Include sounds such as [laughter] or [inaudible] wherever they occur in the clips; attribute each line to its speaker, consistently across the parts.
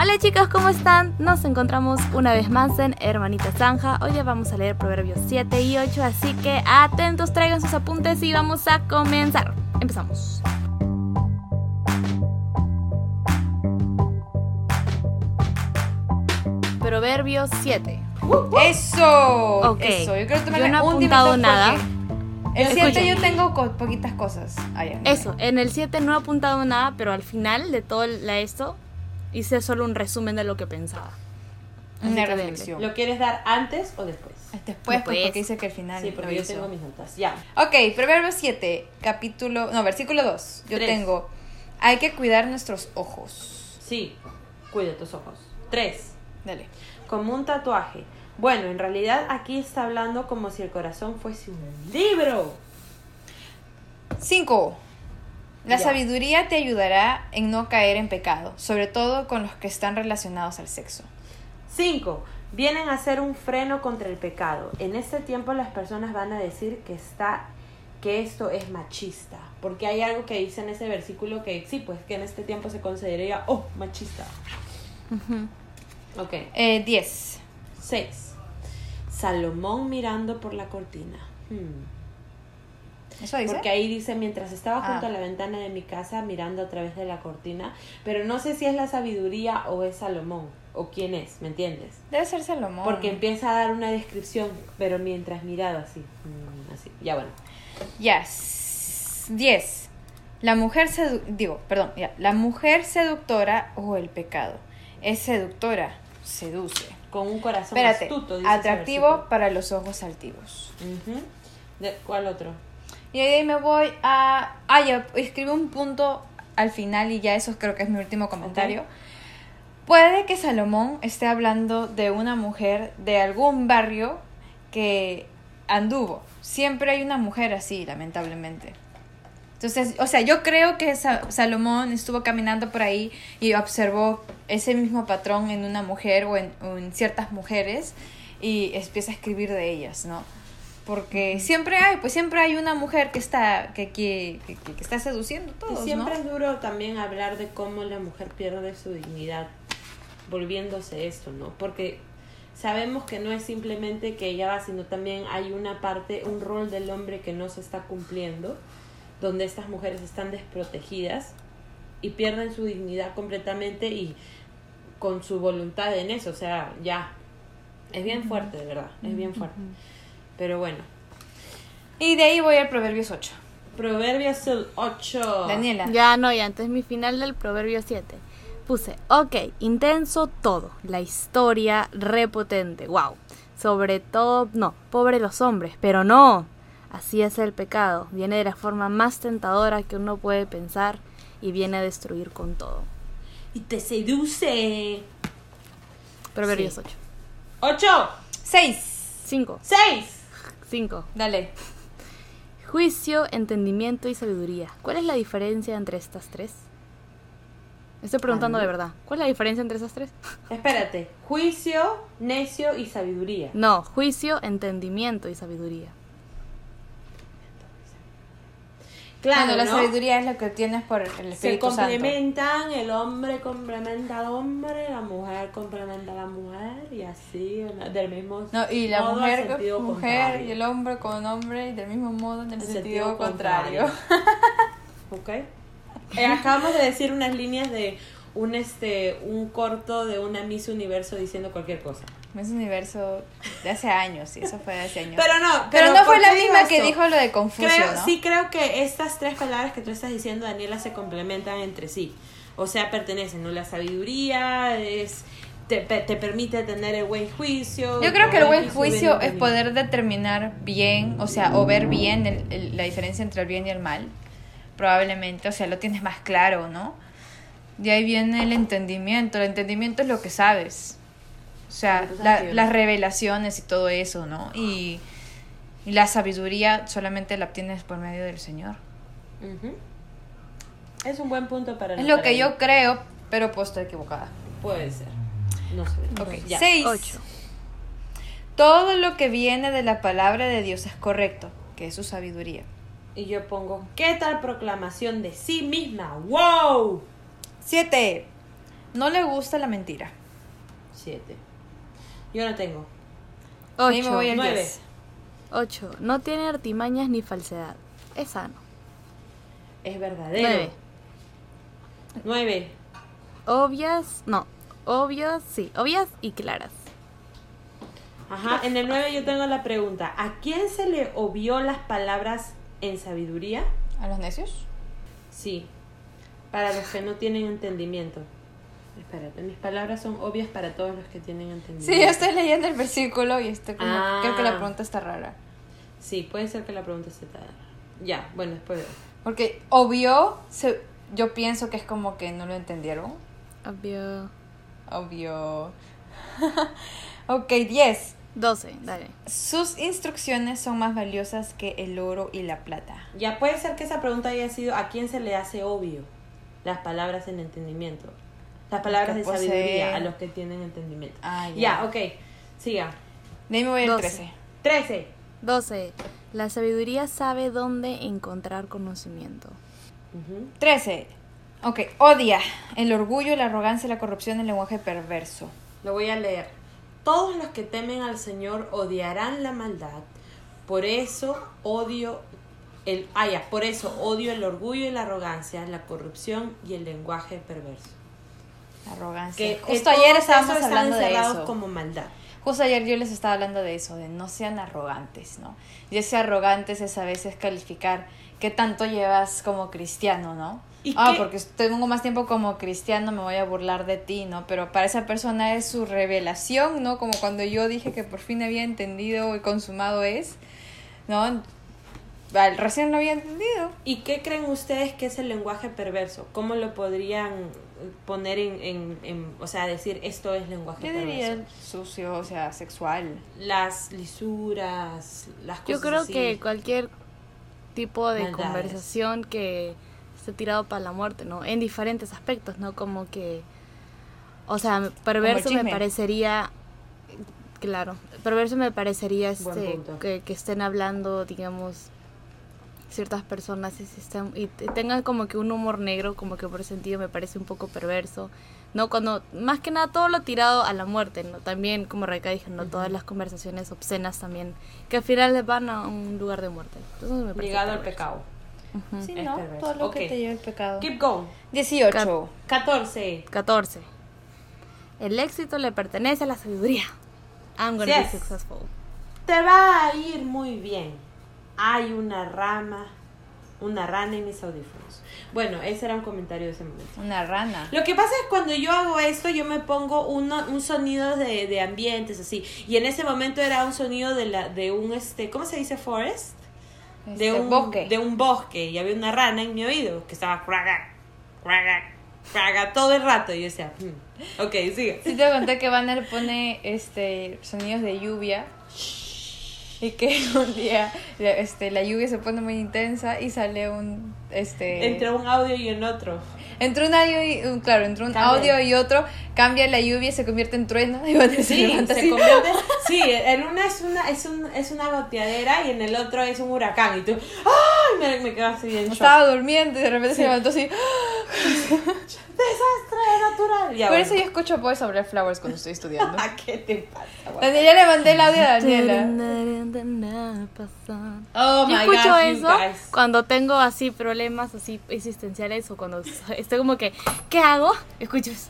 Speaker 1: Hola chicos, ¿cómo están? Nos encontramos una vez más en Hermanita Zanja. Hoy ya vamos a leer Proverbios 7 y 8, así que atentos, traigan sus apuntes y vamos a comenzar. Empezamos. Proverbios 7.
Speaker 2: Eso.
Speaker 1: Ok.
Speaker 2: Eso. Yo creo que tú me
Speaker 1: Yo
Speaker 2: la-
Speaker 1: no he
Speaker 2: un
Speaker 1: apuntado
Speaker 2: diminutivo
Speaker 1: nada.
Speaker 2: porque El
Speaker 1: Escuchen.
Speaker 2: 7 yo tengo co- poquitas cosas. Ah, ya, mira.
Speaker 1: Eso, en el 7 no he apuntado nada, pero al final de todo la esto hice solo un resumen de lo que pensaba. Así
Speaker 2: Una
Speaker 1: que denle.
Speaker 2: reflexión.
Speaker 3: ¿Lo quieres dar antes o después?
Speaker 2: Después, pues,
Speaker 1: Después.
Speaker 2: porque dice que al final.
Speaker 3: Sí, porque
Speaker 2: lo
Speaker 3: yo
Speaker 2: hizo.
Speaker 3: tengo mis notas. Ya.
Speaker 2: Ok, Proverbio 7, capítulo. No, versículo 2. Yo
Speaker 3: Tres.
Speaker 2: tengo. Hay que cuidar nuestros ojos.
Speaker 3: Sí, cuida tus ojos. Tres,
Speaker 2: Dale.
Speaker 3: como un tatuaje. Bueno, en realidad aquí está hablando como si el corazón fuese un libro.
Speaker 2: 5. La
Speaker 3: Ya.
Speaker 2: sabiduría te ayudará en no caer en pecado, sobre todo con los que están relacionados al sexo.
Speaker 3: Cinco, vienen a ser un freno contra el pecado. En este tiempo las personas van a decir que está que esto es machista, porque hay algo que dice en ese versículo que sí, pues que en este tiempo se consideraría oh, machista.
Speaker 1: Ujú.
Speaker 3: Ok.
Speaker 2: Eh, 10.
Speaker 3: 6. Salomón mirando por la cortina. Hmm.
Speaker 2: ¿Eso dice?
Speaker 3: Porque ahí dice, mientras estaba junto
Speaker 2: Ah.
Speaker 3: a la ventana de mi casa mirando a través de la cortina, pero no sé si es la sabiduría o es Salomón, o quién es, ¿me entiendes?
Speaker 2: Debe ser Salomón.
Speaker 3: Porque empieza a dar una descripción, pero mientras mirado así, mm, así, ya bueno.
Speaker 2: Ya. s- 10. La mujer sedu- digo, perdón, ya. La mujer seductora o el pecado. Es seductora, seduce.
Speaker 3: Con un corazón
Speaker 2: Espérate,
Speaker 3: astuto, dice ese
Speaker 2: atractivo para los ojos altivos.
Speaker 3: versículo. Ujú. ¿De ¿Cuál otro?
Speaker 2: Y ahí me voy a... Ah, ya, escribe un punto al final y ya eso creo que es mi último comentario. Puede que Salomón esté hablando de una mujer de algún barrio que anduvo. Siempre hay una mujer así, lamentablemente. Entonces, o sea, yo creo que Sa- Salomón estuvo caminando por ahí y observó ese mismo patrón en una mujer o en, o en ciertas mujeres y empieza a escribir de ellas, ¿no? Porque siempre hay, pues siempre hay una mujer que está, que, que, que, que está seduciendo
Speaker 3: Y
Speaker 2: todo.
Speaker 3: siempre es duro también hablar de cómo la mujer pierde su dignidad volviéndose esto, ¿no? Porque sabemos que no es simplemente que ella va, sino también hay una parte, un rol del hombre que no se está cumpliendo, donde estas mujeres están desprotegidas y pierden su dignidad completamente y con su voluntad en eso, o sea, ya. Es bien fuerte, de verdad, es bien fuerte. Pero bueno,
Speaker 2: Y de ahí voy al Proverbios 8.
Speaker 3: Proverbios 8.
Speaker 2: Daniela.
Speaker 1: Ya no, ya antes mi final del proverbio 7. Puse, ok, intenso todo, la historia repotente, wow. Sobre todo, no, pobre los hombres, pero no. Así es el pecado, viene de la forma más tentadora que uno puede pensar y viene a destruir con todo.
Speaker 3: Y te seduce.
Speaker 1: Proverbios
Speaker 2: Sí.
Speaker 1: 8.
Speaker 3: 8,
Speaker 2: 6.
Speaker 1: 5,
Speaker 3: 6.
Speaker 1: 5.
Speaker 2: Dale.
Speaker 1: Juicio, entendimiento y sabiduría. ¿Cuál es la diferencia entre estas tres? Estoy preguntando de verdad. ¿Cuál es la diferencia entre esas tres?
Speaker 3: Espérate, juicio, necio y sabiduría.
Speaker 1: No, juicio, entendimiento y sabiduría.
Speaker 3: Claro,
Speaker 2: bueno, la
Speaker 3: ¿no?
Speaker 2: sabiduría es lo que obtienes por el
Speaker 3: se
Speaker 2: Espíritu Santo.
Speaker 3: complementan, el hombre complementa al hombre, la mujer complementa a la mujer y así, ¿no? del mismo
Speaker 2: No, y la
Speaker 3: modo,
Speaker 2: mujer
Speaker 3: al
Speaker 2: con
Speaker 3: sentido
Speaker 2: mujer
Speaker 3: contrario.
Speaker 2: y el hombre con hombre y del mismo modo en el,
Speaker 3: Al
Speaker 2: sentido,
Speaker 3: sentido
Speaker 2: contrario.
Speaker 3: Ok. Eh, acabamos de decir unas líneas de un este un corto de una Miss Universo diciendo cualquier cosa.
Speaker 2: Es un universo de hace años, y eso fue de hace años.
Speaker 3: Pero no,
Speaker 2: Pero no
Speaker 3: ¿por
Speaker 2: fue la
Speaker 3: qué digo
Speaker 2: misma que
Speaker 3: esto?
Speaker 2: dijo lo de Confucio,
Speaker 3: Creo,
Speaker 2: ¿no?
Speaker 3: Sí, creo que estas tres palabras que tú estás diciendo, Daniela, se complementan entre sí. O sea, pertenecen, ¿no? La sabiduría es... Te, pe- te permite tener el buen juicio.
Speaker 2: Yo creo que el buen
Speaker 3: y su
Speaker 2: juicio es
Speaker 3: entendimiento.
Speaker 2: poder determinar bien, o sea, o ver bien el- el- la diferencia entre el bien y el mal, probablemente, o sea, lo tienes más claro, ¿no? De ahí viene el entendimiento, el entendimiento es lo que sabes, o sea,
Speaker 3: Lo que sabes
Speaker 2: la-
Speaker 3: que yo no.
Speaker 2: las revelaciones y todo eso, ¿no? Y, y la sabiduría solamente la obtienes por medio del Señor.
Speaker 3: Ujú. Es un buen punto para...
Speaker 2: Es lo
Speaker 3: anotar
Speaker 2: que
Speaker 3: ahí.
Speaker 2: yo creo, pero puedo estar equivocada.
Speaker 3: Puede ser. No sé.
Speaker 2: Ok,
Speaker 3: ya.
Speaker 2: seis.
Speaker 1: Ocho.
Speaker 2: Todo lo que viene de la palabra de Dios es correcto, que es su sabiduría.
Speaker 3: Y yo pongo, ¿qué tal proclamación de sí misma? ¡Wow!
Speaker 2: Siete. No le gusta la mentira.
Speaker 3: Siete. Yo no tengo.
Speaker 2: Ahí me
Speaker 1: Ocho.
Speaker 2: voy al
Speaker 3: Nueve.
Speaker 2: 10.
Speaker 1: Ocho. No tiene artimañas ni falsedad. Es sano.
Speaker 3: Es verdadero.
Speaker 1: Nueve.
Speaker 3: Nueve.
Speaker 1: Obvias, no. Obvias, sí. Obvias y claras.
Speaker 3: Ajá, en el 9 yo tengo la pregunta, ¿a quién se le obvió las palabras en sabiduría?
Speaker 2: ¿A los necios?
Speaker 3: Sí, para los que no tienen entendimiento. Espérate, mis palabras son obvias para todos los que tienen entendimiento.
Speaker 2: Sí, yo estoy leyendo el versículo y estoy como.
Speaker 3: Ah.
Speaker 2: Creo que la pregunta está rara.
Speaker 3: Sí, puede ser que la pregunta se te haga. Ya, bueno, después veo.
Speaker 2: Porque obvio, se- yo pienso que es como que no lo entendieron.
Speaker 1: Obvio.
Speaker 2: Obvio. [laughs] ok, 10.
Speaker 1: Doce. Dale.
Speaker 2: Sus instrucciones son más valiosas que el oro y la plata.
Speaker 3: Ya puede ser que esa pregunta haya sido ¿a quién se le hace obvio las palabras en entendimiento? Las palabras
Speaker 2: que
Speaker 3: de
Speaker 2: poseen.
Speaker 3: sabiduría a los que tienen entendimiento.
Speaker 2: Ah,
Speaker 3: Ya, ok, siga.
Speaker 2: De ahí me voy al
Speaker 1: Doce.
Speaker 2: 13.
Speaker 3: 13.
Speaker 1: Doce. La sabiduría sabe dónde encontrar conocimiento.
Speaker 3: Ujú.
Speaker 2: 13. Ok, odia el orgullo, la arrogancia, la corrupción, el lenguaje perverso.
Speaker 3: Lo voy a leer. Todos los que temen al Señor odiarán la maldad. Por eso odio el ah, ya, por eso odio el orgullo y la arrogancia, la corrupción y el lenguaje perverso.
Speaker 2: Arrogancia.
Speaker 3: que
Speaker 2: Justo
Speaker 3: todos
Speaker 2: ayer
Speaker 3: esos
Speaker 2: estábamos
Speaker 3: están
Speaker 2: hablando de
Speaker 3: encerrados
Speaker 2: eso.
Speaker 3: como maldad.
Speaker 2: Justo ayer yo les estaba hablando de eso, de no sean arrogantes, ¿no? Y ese arrogantes es a veces calificar qué tanto llevas como cristiano, ¿no?
Speaker 3: ¿Y
Speaker 2: Ah,
Speaker 3: qué?
Speaker 2: porque tengo más tiempo como cristiano, me voy a burlar de ti, ¿no? Pero para esa persona es su revelación, ¿no? Como cuando yo dije que por fin había entendido y consumado es, ¿no? Al- Recién lo había entendido.
Speaker 3: ¿Y qué creen ustedes que es el lenguaje perverso? ¿Cómo lo podrían poner en, en- en- o sea, decir esto es lenguaje
Speaker 2: Yo
Speaker 3: perverso?
Speaker 2: diría sucio, o sea, sexual.
Speaker 3: Las lisuras, las cosas
Speaker 1: Yo creo
Speaker 3: así.
Speaker 1: que cualquier tipo de
Speaker 3: Maldades.
Speaker 1: conversación que esté tirado para la muerte, ¿no? En diferentes aspectos, ¿no? Como que... O sea, perverso me
Speaker 2: chisme.
Speaker 1: parecería... Claro, perverso me parecería
Speaker 3: Buen
Speaker 1: este,
Speaker 3: punto.
Speaker 1: que, que estén hablando, digamos, ciertas personas y, se están- y te- tengan como que un humor negro, como que por ese sentido me parece un poco perverso. No, cuando, más que nada, todo lo tirado a la muerte, ¿no? También, como Rebeca dijo, ¿no? Todas las conversaciones obscenas también, que al final les van a un lugar de muerte. Entonces me parece
Speaker 3: ligado al
Speaker 1: perverso.
Speaker 3: pecado.
Speaker 2: Sí,
Speaker 3: Es
Speaker 2: ¿no?
Speaker 3: perverso.
Speaker 2: Todo lo
Speaker 3: Ok.
Speaker 2: que te lleva el pecado.
Speaker 3: Keep going.
Speaker 2: 18.
Speaker 3: 14.
Speaker 1: 14. El éxito le pertenece a la sabiduría. I'm gonna
Speaker 3: Así
Speaker 1: be
Speaker 3: es.
Speaker 1: successful.
Speaker 3: Te va a ir muy bien. Hay una rama, una rana en mis audífonos. Bueno, ese era un comentario de ese momento.
Speaker 2: Una rana.
Speaker 3: Lo que pasa es cuando yo hago esto, yo me pongo uno- un sonido de, de ambientes así. Y en ese momento era un sonido de, la, de un, este, ¿cómo se dice? Forest. de
Speaker 2: Este,
Speaker 3: un
Speaker 2: bosque.
Speaker 3: De un bosque. Y había una rana en mi oído que estaba craga, craga, craga todo el rato. Y yo decía, "Hmm". ok, sigue.
Speaker 2: Sí te conté que Banner pone este sonidos de lluvia y que [laughs] un día la- este, la lluvia se pone muy intensa y sale un este
Speaker 3: Entre un audio y en otro.
Speaker 2: entre un audio y un- claro, entre un
Speaker 3: Cambia.
Speaker 2: audio y otro cambia la lluvia y se convierte en trueno [laughs] y Banner se
Speaker 3: Sí,
Speaker 2: levanta
Speaker 3: [laughs] se
Speaker 2: así.
Speaker 3: [laughs] convierte. Sí, en una es una, es un, es una goteadera y en el otro es un huracán. Y tú, ¡ay! Me, me quedo así en shock.
Speaker 2: Estaba durmiendo y de repente se levantó así.
Speaker 3: ¡Desastre natural! Ya,
Speaker 2: Por eso yo
Speaker 3: bueno.
Speaker 2: escucho Boys Over Flowers cuando estoy estudiando.
Speaker 3: ¿A [laughs] qué te pasa? güey?
Speaker 2: Daniela le mandé el audio a Daniela.
Speaker 1: Daniela.
Speaker 3: Oh
Speaker 1: Yo
Speaker 3: my
Speaker 1: escucho
Speaker 3: God, you
Speaker 1: eso
Speaker 3: guys.
Speaker 1: cuando tengo así problemas así existenciales o cuando estoy como que, ¿qué hago? Escucho eso.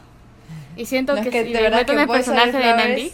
Speaker 1: Y siento
Speaker 2: No, es
Speaker 1: que,
Speaker 2: que
Speaker 1: si
Speaker 2: de
Speaker 1: me
Speaker 2: verdad
Speaker 1: meto en
Speaker 2: que
Speaker 1: el
Speaker 2: Boys Over
Speaker 1: personaje de
Speaker 2: Flowers-
Speaker 1: Nandi,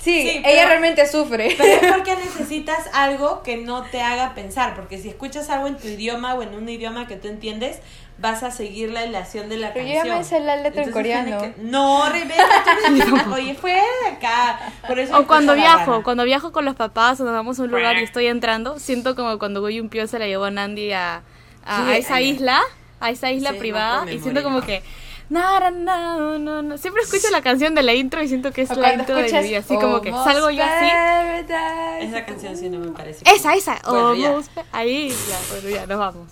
Speaker 2: Sí,
Speaker 3: Sí,
Speaker 2: ella
Speaker 3: pero-
Speaker 2: realmente sufre.
Speaker 3: [laughs]
Speaker 2: [laughs]
Speaker 3: Pero es porque necesitas algo que no te haga pensar, porque si escuchas algo en tu idioma o en un idioma que tú entiendes, vas a seguir la relación de la
Speaker 2: Pero yo ya
Speaker 3: canción.
Speaker 2: me sé la letra en
Speaker 3: Entonces tiene
Speaker 2: coreano.
Speaker 3: que- No, Rebeca,
Speaker 2: [laughs]
Speaker 3: tú eres loca. oye, fuera de acá. Por eso
Speaker 1: o cuando
Speaker 3: escucho la
Speaker 1: viajo,
Speaker 3: rana.
Speaker 1: cuando viajo con los papás o nos vamos a un lugar y estoy entrando, siento como cuando Goyun un se la llevó a Nandi a, a,
Speaker 3: Sí,
Speaker 1: a esa
Speaker 3: allá.
Speaker 1: isla, a esa isla
Speaker 3: Sí, no,
Speaker 1: privada
Speaker 3: pues,
Speaker 1: y
Speaker 3: me
Speaker 1: siento como
Speaker 3: moría.
Speaker 1: que... na, na, na, na, na. Siempre escucho la canción de la intro y siento que es
Speaker 2: O
Speaker 1: la
Speaker 2: cuando
Speaker 1: intro de mi
Speaker 2: escuchas
Speaker 1: vida, así como que
Speaker 2: Almost
Speaker 1: salgo yo así.
Speaker 2: Paradise.
Speaker 3: Esa canción sí no me parece.
Speaker 1: Esa, esa.
Speaker 2: Oh,
Speaker 3: Bueno, ya.
Speaker 1: Almost pe- Ahí, ya, bueno, ya, nos vamos.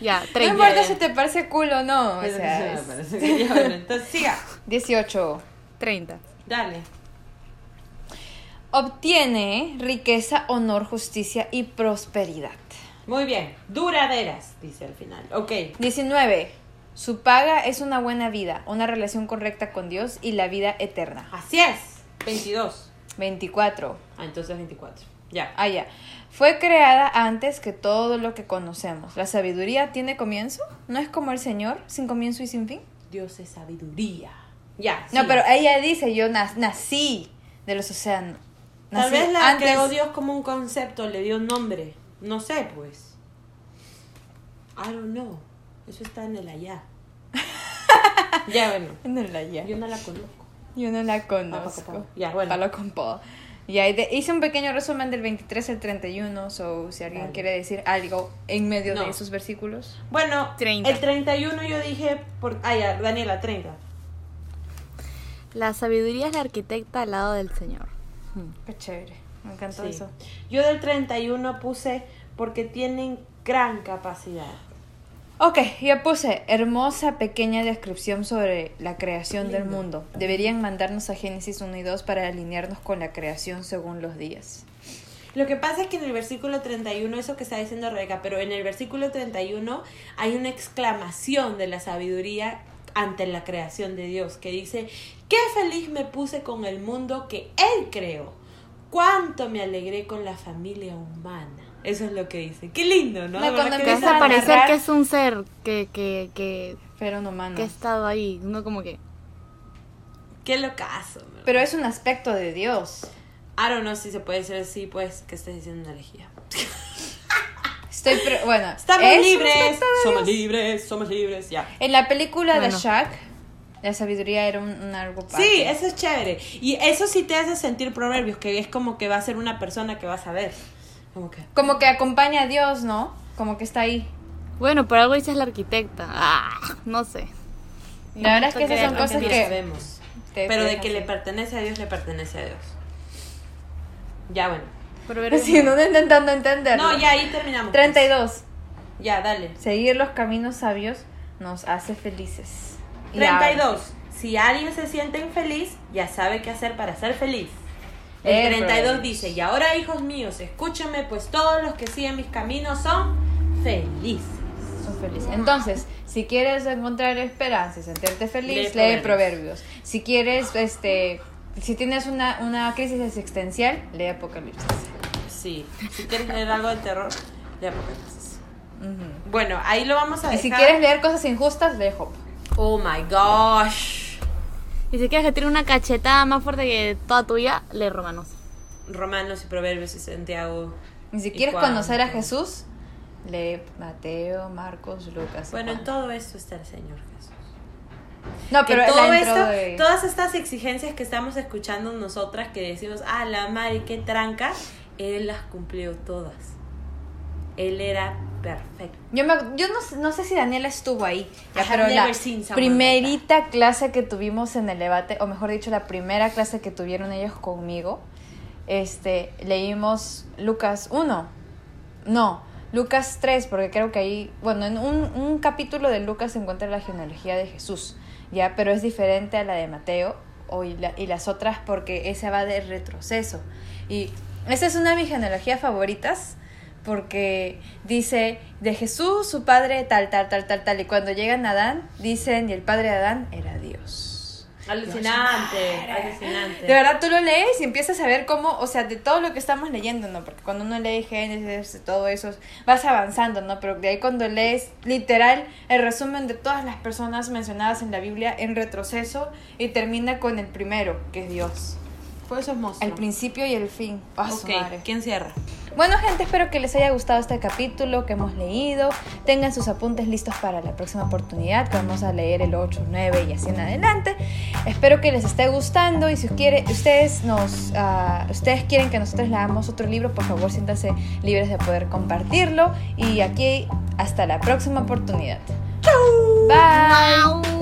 Speaker 1: Ya,
Speaker 2: No
Speaker 1: 30.
Speaker 2: importa si te parece cool o no. O
Speaker 3: Pero
Speaker 2: sea,
Speaker 3: sí me
Speaker 2: es-
Speaker 3: parece que [laughs] ya, bueno, entonces siga.
Speaker 2: 18.
Speaker 1: 30.
Speaker 3: Dale.
Speaker 2: Obtiene riqueza, honor, justicia y prosperidad.
Speaker 3: Muy bien. Duraderas, dice al final. Ok.
Speaker 2: 19. Su paga es una buena vida, una relación correcta con Dios y la vida eterna.
Speaker 3: Así es. 22.
Speaker 2: 24.
Speaker 3: Ah, entonces 24. Ya.
Speaker 2: Ah, ya. Fue creada antes que todo lo que conocemos. ¿La sabiduría tiene comienzo? ¿No es como el Señor, sin comienzo y sin fin?
Speaker 3: Dios es sabiduría. Ya.
Speaker 2: No,
Speaker 3: sí.
Speaker 2: pero eh, ella dice, yo na- nací de los océanos.
Speaker 3: Tal
Speaker 2: Nací
Speaker 3: vez la
Speaker 2: antes.
Speaker 3: creó Dios como un concepto, le dio un nombre. No sé, pues. I don't know. Eso está en
Speaker 2: [laughs]
Speaker 3: el allá. ya, bueno.
Speaker 2: [laughs] No la ya.
Speaker 3: Yo no la conozco.
Speaker 2: Yo no la
Speaker 3: Ah, pa- pa-
Speaker 2: conozco.
Speaker 3: pa. Ya, bueno.
Speaker 2: Palo con po. Y ahí de- hice un pequeño resumen del 23 al 31, so si alguien
Speaker 3: Dale.
Speaker 2: quiere decir algo en medio
Speaker 3: No.
Speaker 2: de esos versículos.
Speaker 3: Bueno,
Speaker 1: 30.
Speaker 3: el 31 yo dije. Por... Ah, ya, Daniela, 30.
Speaker 1: La sabiduría es la arquitecta al lado del Señor. Hmm.
Speaker 2: Qué chévere, me encantó
Speaker 3: Sí.
Speaker 2: eso.
Speaker 3: Yo del 31 puse porque tienen gran capacidad.
Speaker 2: Ok, yo puse hermosa pequeña descripción sobre la creación del
Speaker 3: Lindo.
Speaker 2: mundo. Deberían mandarnos a Génesis 1 y 2 para alinearnos con la creación según los días.
Speaker 3: Lo que pasa es que en el versículo 31, eso que está diciendo Rebeca, pero en el versículo 31 hay una exclamación de la sabiduría ante la creación de Dios que dice, qué feliz me puse con el mundo que Él creó, cuánto me alegré con la familia humana. Eso es lo que dice. Qué lindo, ¿no?
Speaker 2: No,
Speaker 3: De verdad
Speaker 2: cuando
Speaker 3: que
Speaker 1: Que hace
Speaker 2: empieza a
Speaker 3: dice-
Speaker 1: parecer
Speaker 2: narrar-
Speaker 1: que es un ser que, que, que,
Speaker 2: Pero no mano.
Speaker 1: que ha estado ahí. Uno como que.
Speaker 3: Qué locazo. ¿no?
Speaker 2: Pero es un aspecto de Dios.
Speaker 3: I don't know si se puede decir así, pues, que estés diciendo una herejía.
Speaker 2: Estoy, pre-
Speaker 3: [laughs]
Speaker 2: bueno,
Speaker 3: Estamos
Speaker 2: es un
Speaker 3: libres,
Speaker 2: aspecto de
Speaker 3: somos
Speaker 2: Dios.
Speaker 3: libres, somos libres, ya.
Speaker 2: En la película de
Speaker 1: Bueno.
Speaker 2: Shaq, la sabiduría era un, un algo
Speaker 3: Sí,
Speaker 2: parte.
Speaker 3: eso es chévere. Y eso sí te hace sentir proverbios, que es como que va a ser una persona que va a saber. Como que.
Speaker 2: Como que acompaña a Dios, ¿no? Como que está ahí.
Speaker 1: Bueno, por algo dices la arquitecta. Ah, no sé.
Speaker 2: La verdad es que esas
Speaker 1: creo
Speaker 2: son
Speaker 1: que
Speaker 2: cosas
Speaker 1: no
Speaker 2: que...
Speaker 3: sabemos.
Speaker 2: te-
Speaker 3: Pero
Speaker 2: te
Speaker 3: de
Speaker 2: dejan
Speaker 3: que le
Speaker 2: así.
Speaker 3: pertenece a Dios, le pertenece a Dios. Ya, bueno.
Speaker 2: [laughs]
Speaker 1: Proverbios
Speaker 2: Sí, no intentando entender.
Speaker 3: No, ya ahí terminamos. pues.
Speaker 2: 32.
Speaker 3: Ya, dale.
Speaker 2: Seguir los caminos sabios nos hace felices. Y ahora-
Speaker 3: 32. Si alguien se siente infeliz, ya sabe qué hacer para ser feliz. El
Speaker 2: Eh,
Speaker 3: 32
Speaker 2: Proverbios.
Speaker 3: dice, y ahora hijos míos, escúchame, pues todos los que siguen mis caminos son felices.
Speaker 2: Son felices. Entonces, si quieres encontrar esperanza y sentirte feliz,
Speaker 3: Lee
Speaker 2: lee,
Speaker 3: Proverbios.
Speaker 2: proverbios. Si quieres, este, si tienes una, una crisis existencial, lee Apocalipsis.
Speaker 3: Sí, si quieres leer algo de terror, lee Apocalipsis.
Speaker 2: Ujú.
Speaker 3: Bueno, ahí lo vamos a
Speaker 2: Y
Speaker 3: dejar.
Speaker 2: si quieres leer cosas injustas, lee Job.
Speaker 3: Oh my gosh.
Speaker 1: Y si quieres que tiene una cachetada más fuerte que toda tuya, lee Romanos.
Speaker 3: Romanos y Proverbios y Santiago.
Speaker 2: Y si
Speaker 3: ¿Y
Speaker 2: quieres
Speaker 3: cuánto?
Speaker 2: conocer a Jesús, lee Mateo, Marcos, Lucas. y
Speaker 3: Bueno, en
Speaker 2: Juan.
Speaker 3: todo esto está el Señor Jesús.
Speaker 2: No,
Speaker 3: Que
Speaker 2: pero la
Speaker 3: todo
Speaker 2: intro
Speaker 3: esto,
Speaker 2: de-
Speaker 3: todas estas exigencias que estamos escuchando nosotras, que decimos, ah, la madre, qué tranca, Él las cumplió todas. Él era perfecto.
Speaker 2: Yo, me, yo no, sé- no sé si Daniela estuvo ahí, ya,
Speaker 3: I have
Speaker 2: pero la
Speaker 3: never seen someone
Speaker 2: primerita clase que tuvimos en el debate, o mejor dicho, la primera clase que tuvieron ellos conmigo, este, leímos Lucas 1, no, Lucas 3, porque creo que ahí, bueno, en un, un capítulo de Lucas se encuentra la genealogía de Jesús, ya, pero es diferente a la de Mateo o y, la- y las otras porque esa va de retroceso. Y esa es una de mis genealogías favoritas porque dice de Jesús, su padre, tal, tal, tal, tal, tal, y cuando llegan a Adán, dicen, y el padre de Adán era Dios.
Speaker 3: Alucinante, alucinante.
Speaker 2: De verdad, tú lo lees y empiezas a ver cómo, o sea, de todo lo que estamos leyendo, ¿no? Porque cuando uno lee Génesis, de todo eso, vas avanzando, ¿no? Pero de ahí cuando lees literal el resumen de todas las personas mencionadas en la Biblia en retroceso y termina con el primero, que es Dios.
Speaker 3: Por eso es monstruo.
Speaker 2: El principio y el fin. Ah, su madre.
Speaker 3: Ok, ¿quién cierra?
Speaker 2: Bueno, gente, espero que les haya gustado este capítulo que hemos leído. Tengan sus apuntes listos para la próxima oportunidad, que vamos a leer el 8, 9 y así en adelante. Espero que les esté gustando y si quiere- ustedes, nos, ah, ustedes quieren que nosotros leamos otro libro, por favor, siéntanse libres de poder compartirlo. Y aquí, hasta la próxima oportunidad. Bye.
Speaker 1: ¡Au!